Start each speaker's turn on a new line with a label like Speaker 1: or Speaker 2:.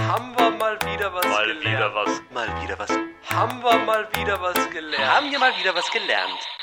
Speaker 1: Haben wir mal wieder was
Speaker 2: Mal
Speaker 1: gelernt.
Speaker 2: wieder was.
Speaker 3: Mal wieder was.
Speaker 1: Haben wir mal wieder was gelernt.
Speaker 3: Haben wir mal wieder was gelernt.